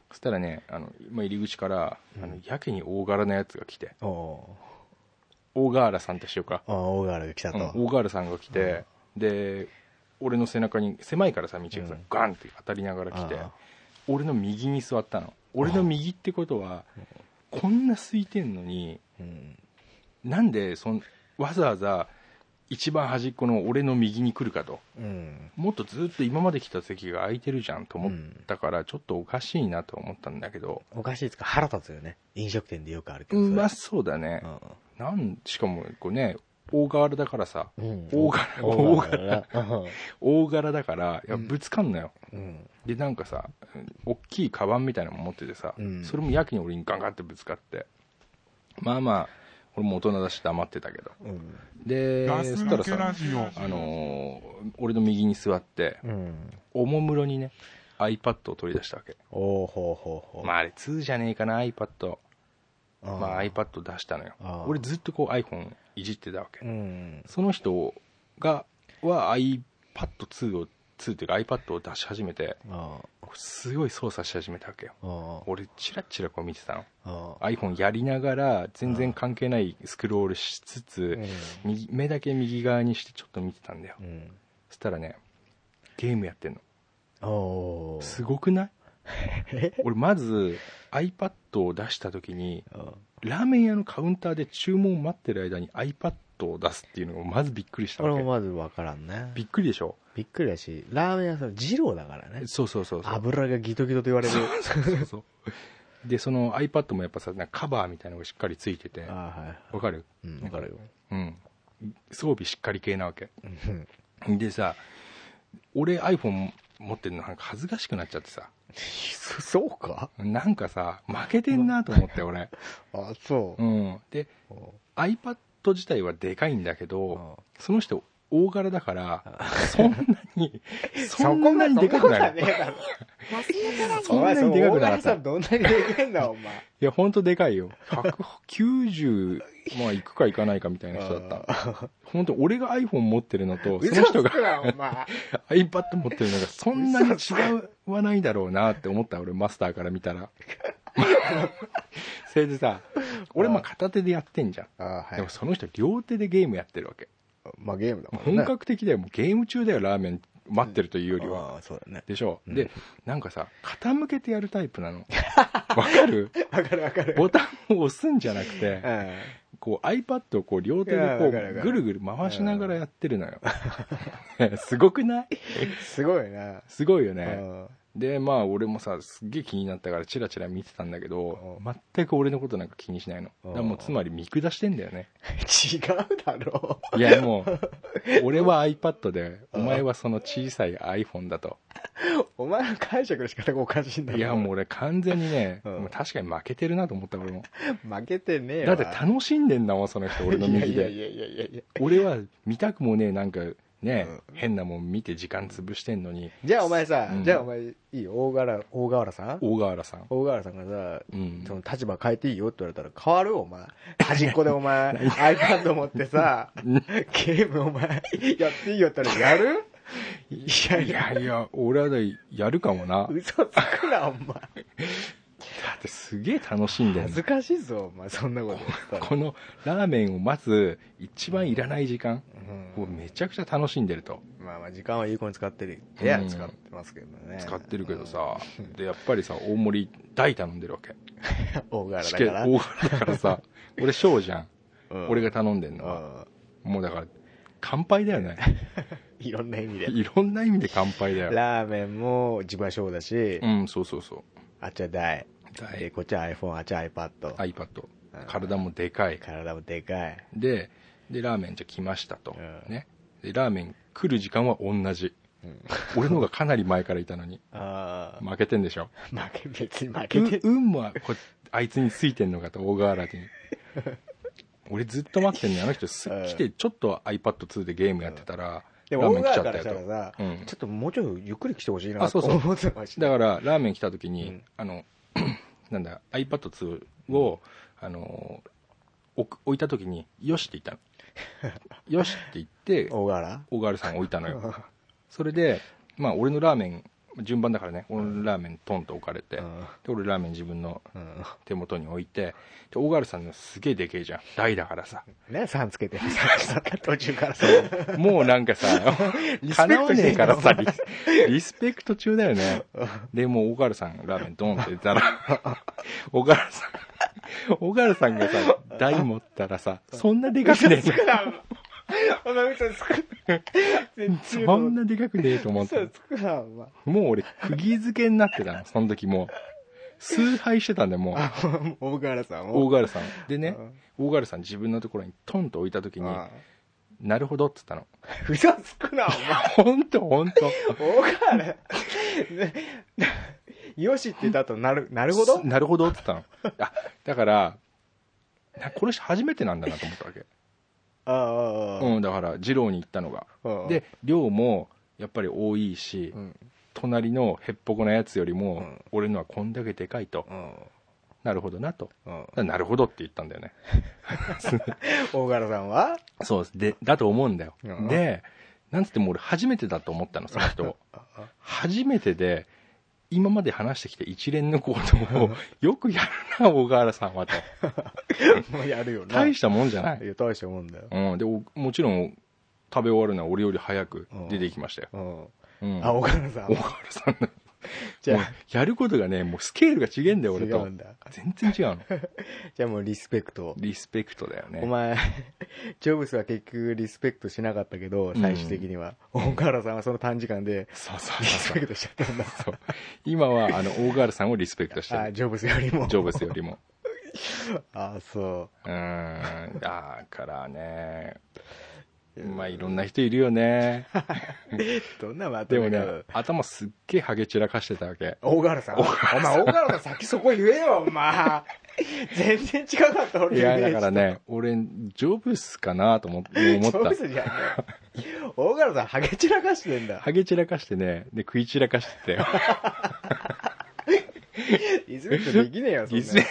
S3: そしたらねあの、まあ、入り口から、
S4: うん
S3: あのやけに大柄なやつが来て
S4: おお
S3: 大河原さんとしようか、
S4: ー。ああ、大河原が来た
S3: うん
S4: と。
S3: 大河原さんが来て、で俺の背中に狭いからさ道がさ、
S4: うん
S3: ガンって当たりながら来て
S4: ああ
S3: 俺の右に座ったの俺の右ってことはこんな空いてんのに
S4: うん。
S3: なんでそんわざわざ一番端っこの俺の右に来るかと。
S4: うん。
S3: もっとずっと今まで来た席が空いてるじゃんと思ったから、ちょっとおかしいなと思ったんだけど、
S4: おかしいですか腹立つよね。飲食店でよくあるけ
S3: う
S4: ど。それ
S3: まそうだね。なん、しかも、こうね、大柄だからさ、
S4: うん。うん。
S3: 大柄、大
S4: 大
S3: 柄、
S4: 柄だな。
S3: 大柄だから、いや、ぶつかんなよ。
S4: うん。
S3: で、なんかさ、大きいカバンみたいなの持っててさ、
S4: うん
S3: それもやけに俺にガンガンってぶつかって、まあまあ、俺も大人だし黙ってたけど。
S4: うん。
S3: で、
S1: ガス
S3: そし
S1: 抜
S3: たら
S1: けラ
S3: さ、
S1: ジオ。
S3: あのー俺の右に座って、
S4: うん。
S3: おもむろにね、iPad を取り出したわけ。
S4: おおほうほうほう。
S3: まああれ2じゃねえかな iPad
S4: あー
S3: まあ iPad 出したのよ
S4: あー
S3: 俺ずっとこう iPhone いじってたわけ、
S4: うん。
S3: その人がは iPad2 を2っていうか iPad を出し始めて
S4: あ
S3: すごい操作し始めたわけよ
S4: あ。あ
S3: 俺チラチラこう見てたの
S4: あ。
S3: iPhone やりながら全然関係ないスクロールしつつ右目だけ右側にしてちょっと見てたんだよ
S4: うん。
S3: そしたらねゲームやってんの
S4: おお。
S3: すごくない俺まず iPad を出した時に
S4: うん
S3: ラーメン屋のカウンターで注文を待ってる間に iPad を出すっていうのがまずびっくりした
S4: 俺
S3: わ
S4: も
S3: け
S4: まずわからんね。
S3: びっくりでしょ
S4: びっくりだし、ラーメン屋さん、二郎だからね。
S3: そうそうそうそう
S4: 油がギトギトと言われる。
S3: そうそうでその iPad もやっぱさなんかカバーみたいなのがしっかりついてて
S4: あ
S3: わ
S4: あ、はい。
S3: かる
S4: うん、わかるよ。
S3: うん装備しっかり系なわけ
S4: うん
S3: でさ俺 iPhone 持ってるのなんか恥ずかしくなっちゃってさ。
S4: そそうか
S3: なんかさ、負けてんなと思って、俺。
S4: あ、そう
S3: う。ん。で、iPad 自体はでかいんだけ
S4: う
S3: ど、
S4: ん
S3: その人、大柄だから、そんなに、 <laughs> そ
S4: こ
S3: ん
S4: ま
S3: な
S4: で
S3: にでかくない。
S4: そんねえだろ
S3: そんなにでかくなかっ
S4: お前その大柄さ
S3: た。
S4: ん
S3: い
S4: どんなにでけえんだ、お前。
S3: や、ほんとでかいよ。190、まあ、行くか行かないかみたいな人だった。
S4: た。
S3: ほんと、俺が iPhone 持ってるのと、そ
S4: 嘘
S3: の人
S4: つ
S3: が
S4: くな、お前。
S3: iPad 持ってるのが、そんなに違わないだろうなって思った、俺、マスターから見た <laughs> ら。それでさ、俺、まあ、片手でやってんじゃん。
S4: あは
S3: で
S4: い
S3: も。その人両手でゲームやってるわけ
S4: まあゲームだもんね。
S3: 本格的だよもうゲーム中だよラーメン待ってるというよりは
S4: ああ、そうだね。
S3: でしょ、
S4: うん
S3: でなんかさ傾けてやるタイプなのわかる
S4: わかるわかる。
S3: ボタンを押すんじゃなくて
S4: <laughs> うん
S3: こう iPad をこう両手で
S4: いや
S3: こ
S4: わかるわか
S3: う
S4: る
S3: ぐるぐる回しながらやってるのよ <laughs> すごくない
S4: すごいな。
S3: すごいよ
S4: う
S3: ね
S4: ん
S3: でまあ俺もさすっげえ気になったからチラチラ見てたんだけど
S4: う
S3: 全く俺のことなんか気にしないのだからもうつまり見下してんだよ
S4: <laughs>
S3: ね
S4: 違うだろ
S3: いやもう俺は iPad でお前はその小さい iPhone だと
S4: う。お前の解釈の仕方がおかしいんだろ。
S3: いやもう俺完全にね
S4: うん
S3: もう確かに負けてるなと思った俺も
S4: 負けてねえ
S3: だ
S4: わ。
S3: って楽しんでんだもんその人俺の右
S4: いやい
S3: で
S4: やいやいやいや。
S3: 俺は見たくもねえなんかね変なもん見て時間潰してんのに
S4: じゃあお前さ
S3: う、ん
S4: じゃあお前、いいよ大柄、大河原さん
S3: 大河原さん
S4: 大河原さんがさ
S3: う、ん
S4: その立場変えていいよって言われたら変わるお前。端っこで
S3: <laughs>
S4: お前、iPad 持ってさ、ゲームお前、やっていいよって言ったらやるいや
S3: い
S4: いや、
S3: やいや俺はねやるかもなだ
S4: 嘘つくな、お前。
S3: ってすげえ楽しんでんの
S4: 恥ずかしいぞ、お前、そんなこと言ったら。
S3: このラーメンを待つ一番いらない時間
S4: う
S3: を
S4: ん
S3: めちゃくちゃ楽しんでると
S4: まあまあ、時間はいい子に使ってる。いや、使ってますけどね。
S3: 使ってるけどさ、でやっぱりさ大盛り大頼んでるわけ
S4: うん。大柄
S3: チ
S4: だ
S3: ケ
S4: から。
S3: 大柄だからさ俺小じゃん、
S4: うん
S3: 俺が頼んでんのは、もうだから乾杯だよね
S4: いろんな意味で。
S3: いろんな意味で乾杯だよ
S4: ラーメンも自場所だし
S3: う、んそうそうそう
S4: あっちは大。
S3: 大
S4: でこっちは iPhone、あっちは iPad。
S3: iPad 体もでかい
S4: 体もでかい。
S3: ででラーメンじゃ来ましたと、
S4: うん
S3: ねでラーメン来る時間は同じ、俺の方がかなり前からいたのに
S4: あ
S3: 負けてんでしょ
S4: あ、負け、別に負けて
S3: う運もこあいつについてんのかと大河
S4: <laughs>
S3: 原に俺ずっと待ってんのよあの人す
S4: うん
S3: 来てちょっと iPad2 でゲームやってたら、
S4: で
S3: ラ
S4: も、
S3: ーメ
S4: 大
S3: ン来ちゃ
S4: 川
S3: っ
S4: か
S3: た
S4: ら
S3: よ
S4: した
S3: と
S4: らさ、
S3: うん
S4: ちょっともうちょっとゆっくり来てほしいな
S3: あそ
S4: と
S3: うそう
S4: 思ってました。
S3: だからラーメン来た時に、
S4: うん
S3: あの <clears throat> なんだ iPad2 を、あの置く置いた時に「よし」って言ったの
S4: <laughs>
S3: 「よし」って言って
S4: 大柄
S3: 小川さん置いたの
S4: <laughs>
S3: よそれでまあ俺のラーメン順番だからね俺のラーメントンと置かれて、
S4: うん
S3: で俺ラーメン自分の
S4: うん
S3: 手元に置いてで大河原さんのすげえでけえじゃん大だからさ
S4: ね、さんつけて、途中からさ、
S3: もうなんかさ
S4: リスペ
S3: 叶
S4: ク
S3: わ
S4: トし
S3: ね
S4: て
S3: え
S4: ん
S3: か
S4: だ
S3: らさリスリスペクト中だよねでもう大河原さんラーメンドーンって言った <laughs> ら大河原さん大河原さんがさ大持ったらさそんなでかくねえじゃん
S4: お前嘘つく。絶対
S3: そんなでかくねえと思って
S4: 嘘つくな、お前。
S3: もう俺、釘付けになってたの、その時もう。崇拝してたんで、もう。
S4: 大柄さん
S3: 大
S4: を。
S3: 河原さん。でね、大河原さん自分のところにトンと置いた時に、なるほどって言った
S4: うん嘘つくな、
S3: の。ほんとほんと。
S4: お前。大柄。ねなよしって言った後、なる、なるほど
S3: なるほどって言ったの。あ、だから、なこの人初めてなんだなと思ったわけ。
S4: ああ
S3: うん、だから、二郎に行ったのが。
S4: ああ、ああ
S3: で、、量も、やっぱり多いし、
S4: うん。
S3: 隣のへっぽこなやつよりも、
S4: うん
S3: 俺のはこんだけでかいと。
S4: うん
S3: なるほどなと。
S4: うん
S3: だからなるほどって言ったんだよね。
S4: 大柄さんは
S3: そうです。で、だと思うんだよ。
S4: うん
S3: で、なんつっても俺初めてだと思ったの、その人を初めてで、今まで話してきた一連の行動を、よくやるな、小川原さんはと。
S4: もうやるよな。
S3: 大したもんじゃない。
S4: いや、大したもんだよ。
S3: うん。で、おもちろん、食べ終わるのは俺より早く出てきましたよ。
S4: うん。
S3: うん。
S4: あ、
S3: 小
S4: 大柄さん
S3: 川。原さんの。
S4: じゃ
S3: も
S4: あ、
S3: うやることがね、もうスケールが違えんだよ、
S4: 違
S3: 俺
S4: う
S3: と
S4: ん。だ。
S3: 全然違うの。
S4: じゃあもうリスペクト。
S3: リスペクトだよね。
S4: お前、ジョブスは結局リスペクトしなかったけど、最終的には。大柄さんはその短時間で、
S3: そうそう
S4: リス
S3: そう
S4: ペ
S3: そう。
S4: クトしちゃったんだ。
S3: そう今は、あの、大河原さんをリスペクトして
S4: あ、
S3: る。
S4: ジョブスよりも。
S3: ジョブスよりも。
S4: あ、そう
S3: ーん、だからね、まあいろんな人いるよね。
S4: どんなま
S3: で
S4: と
S3: も
S4: め
S3: ね
S4: だろう、
S3: 頭すっげえハゲ散らかしてたわけ。
S4: 大河原さん。お前、大河原さん先そこ言えよ、お前。全然違かった、俺
S3: いや、
S4: イメー
S3: だ
S4: ジ
S3: からね、俺、ジョブスかなと思って思っ
S4: ジョブ
S3: た。
S4: ズじゃんね。大河原さん、ハゲ散らかしてんだ。
S3: ハゲ散らかしてね、で、食い散らかしてた
S4: <laughs>
S3: よ。
S4: リズムってできねえよ、そんなや
S3: リ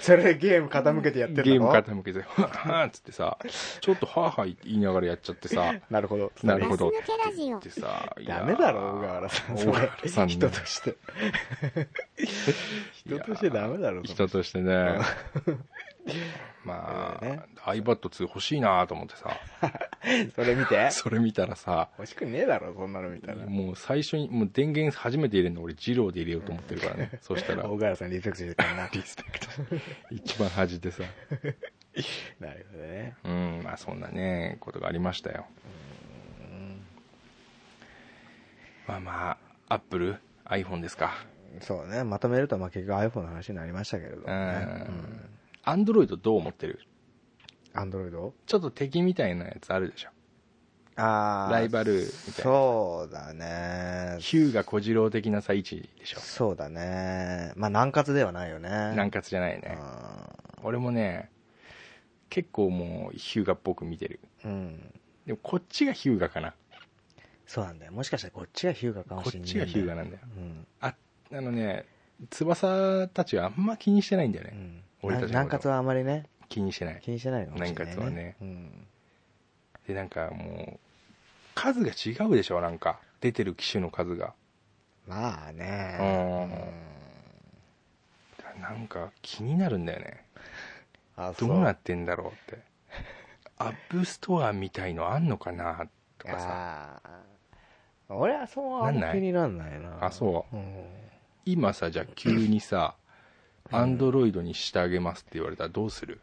S4: つ。それでゲーム傾けてやってる
S3: ゲーム傾けて、ふわーっつってさ、ちょっとはーはー言いながらやっちゃってさ、
S4: <laughs> なるほど。
S3: なるほど。っ
S5: ガ
S3: て
S5: ス抜けラジオ
S3: 言ってさ、いや
S4: ダメだろ、大河原さん。そ
S3: 大河原
S4: れ
S3: さんね
S4: 人と
S3: <laughs>
S4: して。人としてダメだろ、そ
S3: 人として
S4: <laughs>
S3: ね。ま
S4: ね
S3: あ、iPad2 欲しいなと思ってさ、
S4: れそれ見て。
S3: それ見たらさ、
S4: 欲しくねえだろ、そんなの見たら。
S3: もう最初に、もう電源初めて入れるの俺、ジローで入れようと思ってるから
S4: <laughs>
S3: ね。そした
S4: 大
S3: ら、
S4: 河原さん、リスペクトしてたな。
S3: リスペクト。一番端でさ。
S4: <laughs> なるほどね。
S3: うん、まあそんなね、ことがありましたよ。まあまあ、アップル iPhone ですか。
S4: そうね。まとめると、まあ結局 iPhone の話になりましたけれども
S3: う
S4: ね。
S3: ん。アンドロイドどう思ってる
S4: アンドロイド
S3: ちょっと敵みたいなやつあるでしょ。
S4: あー
S3: ライバルみたいな。
S4: そうだね。
S3: ヒューが小次郎的なさ、位置でしょ。
S4: そうだね。まあ、南葛ではないよね。
S3: 軟活じゃないね。俺もね、結構もうヒューガっぽく見てる。
S4: うん。うん。
S3: でもこっちがヒューガかな。
S4: そうなんだよ。もしかしたらこっちがヒューガかも
S3: こ
S4: しれ
S3: っ
S4: ない。
S3: ちがヒューガなんだよ。
S4: うん。
S3: あ、あのね、翼たちはあんま気にしてないんだよね。
S4: うん。
S3: 俺たちのこと
S4: 南葛はあまりね、
S3: 気にしてない。
S4: 気にしてないのかもしれない、ね。
S3: 南葛はね
S4: うん。
S3: で、なんかもう、数が違うでしょ、なんか。出てる機種の数が。
S4: まあ
S3: う
S4: ね。
S3: ん。なんか気になるんだよね。
S4: あ、
S3: どうなってんだろうって。アップストアみたいのあんのかなとかさ。
S4: あー俺はそうあんま気になんないな。
S3: あ、そう。
S4: う。ん。
S3: 今さ、じゃあ急にさ、アンドロイドにしてあげますって言われたらどうする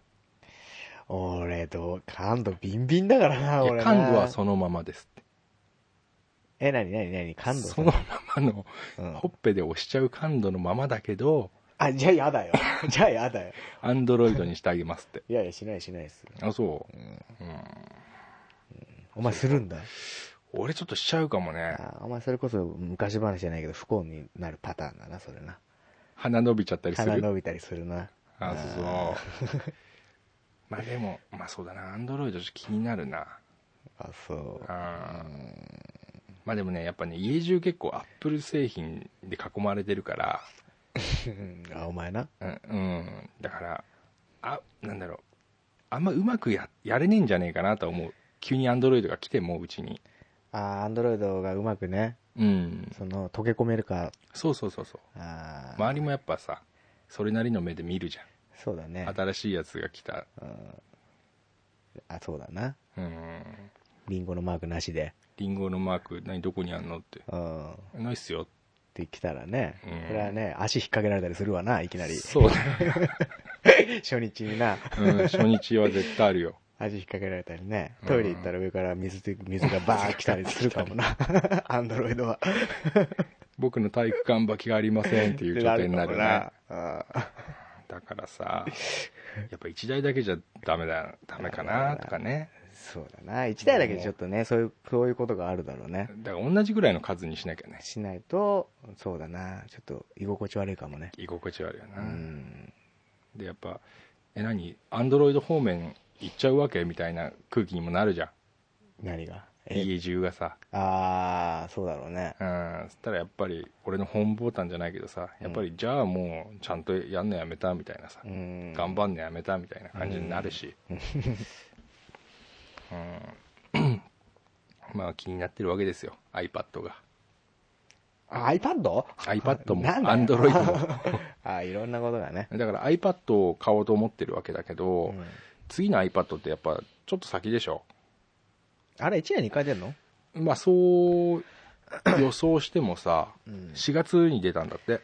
S4: 俺、どう、感度ビンビンだからな、
S3: い
S4: 俺
S3: や、
S4: な。
S3: 感度はそのままですって。
S4: え、なになになに感度
S3: そのままの、
S4: うん
S3: ほっぺで押しちゃう感度のままだけど、
S4: あ、じゃあやだよ。 <laughs> じゃあやだよ。
S3: アンドロイドにしてあげますって。
S4: いやいや、しないしないです。
S3: あ、そう。
S4: お前するんだ。
S3: 俺ちょっとしちゃうかもね。
S4: あお前それこそ昔話じゃないけど不幸になるパターンだな、それな。
S3: 鼻伸びちゃったりす
S4: 鼻伸
S3: る
S4: びたりするな。
S3: あそう
S4: <laughs>
S3: そうまあでもまあそうだなアンドロイドちょっと気になるな
S4: あ、そう。
S3: あまあでもねやっぱね家中結構アップル製品で囲まれてるから
S4: あ、お前な。
S3: うん、うん、だからあなんだろうあんまうまくややれねえんじゃねえかなとは思う急にアンドロイドが来てもううちに
S4: あ、アンドロイドがうまくね、
S3: うん
S4: その、溶け込めるか。
S3: そうそうそうそう
S4: あー
S3: 周りもやっぱさそれなりの目で見るじゃ
S4: そうだね
S3: ん。新しいやつが来た
S4: あ、そうだな。
S3: うん
S4: リンゴのマークなしで。
S3: リンゴのマーク何どこにあんのって
S4: うん。っ
S3: ないっすよ
S4: て来たらね、
S3: う
S4: こ
S3: ん
S4: れはね、足引っ掛けられたりするわな、いきなり。
S3: そうだ、ね
S4: <laughs> 初日にな。
S3: うん、初日は絶対あるよ
S4: 足引っ掛けられたりね、トイレ行ったら上から水で水がバーッ来たりするか
S3: <laughs>
S4: もな、アンドロイドは。
S3: 僕の体育館履きがありませんっていう状態になるね
S4: ってなるかもな。
S3: だからさやっぱ一台だけじゃダメだダメかなとかね
S4: うんそうだな。一台だけでちょっとね、そういう、そういうことがあるだろうね。
S3: だから同じぐらいの数にしなきゃね
S4: しないと、そうだな。ちょっと居心地悪いかもね。
S3: 居心地悪いよな、
S4: うん。
S3: でやっぱえ何アンドロイド方面行っちゃうわけみたいな空気にもなるじゃん
S4: 何が
S3: 家中がさ
S4: ああ、そうだろうね。
S3: うんそしたらやっぱり俺の本ボタンじゃないけどさやっぱりじゃあもうちゃんとやんのやめたみたいなさ、
S4: うん。
S3: 頑張んのやめたみたいな感じになるし、うんまあ気になってるわけですよ iPad が
S4: あ iPad?
S3: iPad も
S4: なんだよ <laughs>
S3: Android も
S4: あーいろんなことがね。
S3: だから iPad を買おうと思ってるわけだけど、
S4: ん
S3: 次の iPad ってやっぱちょっと先でしょ
S4: あれ、1年に回出んの
S3: まあそう予想してもさ、
S4: うん
S3: 4月に出たんだって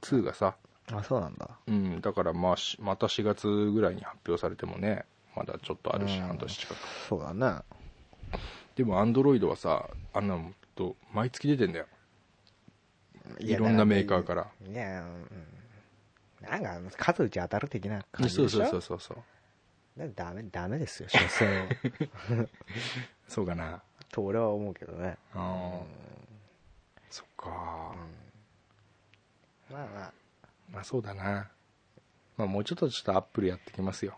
S3: 2がさ、
S4: あ、そうなんだ。
S3: うん、だからまあしまた4月ぐらいに発表されてもねまだちょっとあるし、半年近く
S4: そうだね。
S3: でもアンドロイドはさあんなのと毎月出てんだよい
S4: や
S3: ろんなメーカーから
S4: いや、うんなんか、数打ち当たる的な感じ
S3: そ
S4: で
S3: う
S4: し
S3: そ
S4: ょ
S3: うそうそうそう
S4: ねダメ、ダメですよ、所詮は。
S3: そうかな。
S4: と俺は思うけど
S3: <laughs>
S4: ね。
S3: あーそっか。
S4: まあまあ、
S3: まあそうだな。まあもうちょっとちょっとアップルやってきます
S4: <laughs>
S3: よ。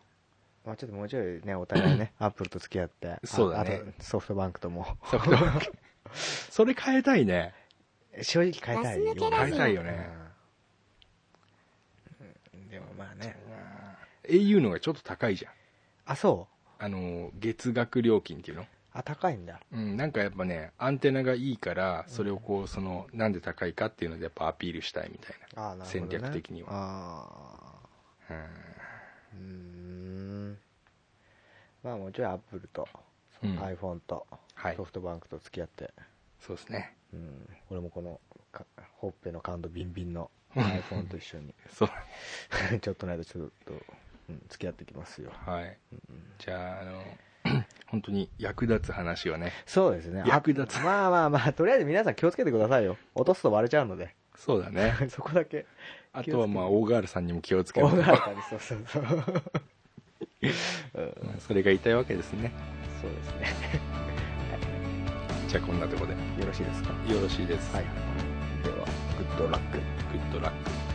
S4: まあちょっともうちょいね、お互いね、アップルと付き合って。あ
S3: そうだね。
S4: あとソフトバンクとも。
S3: ソフトバンクそれ変えたいね。
S4: 正直変えたいよ。
S3: 変えたいよね。
S4: うんでもまあね。
S3: au のがちょっと高いじゃん。
S4: あ、そう。
S3: あの、月額料金っていうの
S4: あ、高いんだ。
S3: うん、なんかやっぱね、アンテナがいいから、それをこう、その、なんで高いかっていうのでやっぱアピールしたいみたい
S4: あーなるほど、ね。
S3: 戦略的には
S4: ああ。
S3: な。うん
S4: うーんまあもうちょいアップルと、
S3: うん
S4: iPhone と、
S3: はい
S4: ソフトバンクと付き合って、
S3: そうですね。
S4: うん、俺もこのかほっぺの感度ビンビンの iPhone と一緒に
S3: <laughs>
S4: <laughs>
S3: そう。
S4: ちょっとの間ちょっと、うん、付き合ってきますよ
S3: はい。じゃあ、あの、 <clears throat> 本当に役立つ話はね。
S4: そうですね
S3: 役立つ
S4: あまあまあまあとりあえず皆さん気をつけてくださいよ落とすと割れちゃうので <laughs>
S3: そうだね。
S4: そこだけ
S3: <laughs> あとはまあ、大ガールさんにも気をつけ
S4: 大
S3: て。
S4: がらかにそうそうそうそう
S3: <laughs> それが言いたいわけですね。
S4: ですね
S3: じゃあ、こんなところ
S4: よろしいですか
S3: で。よろしいです。
S4: はいではグッドラック
S3: グッドラック。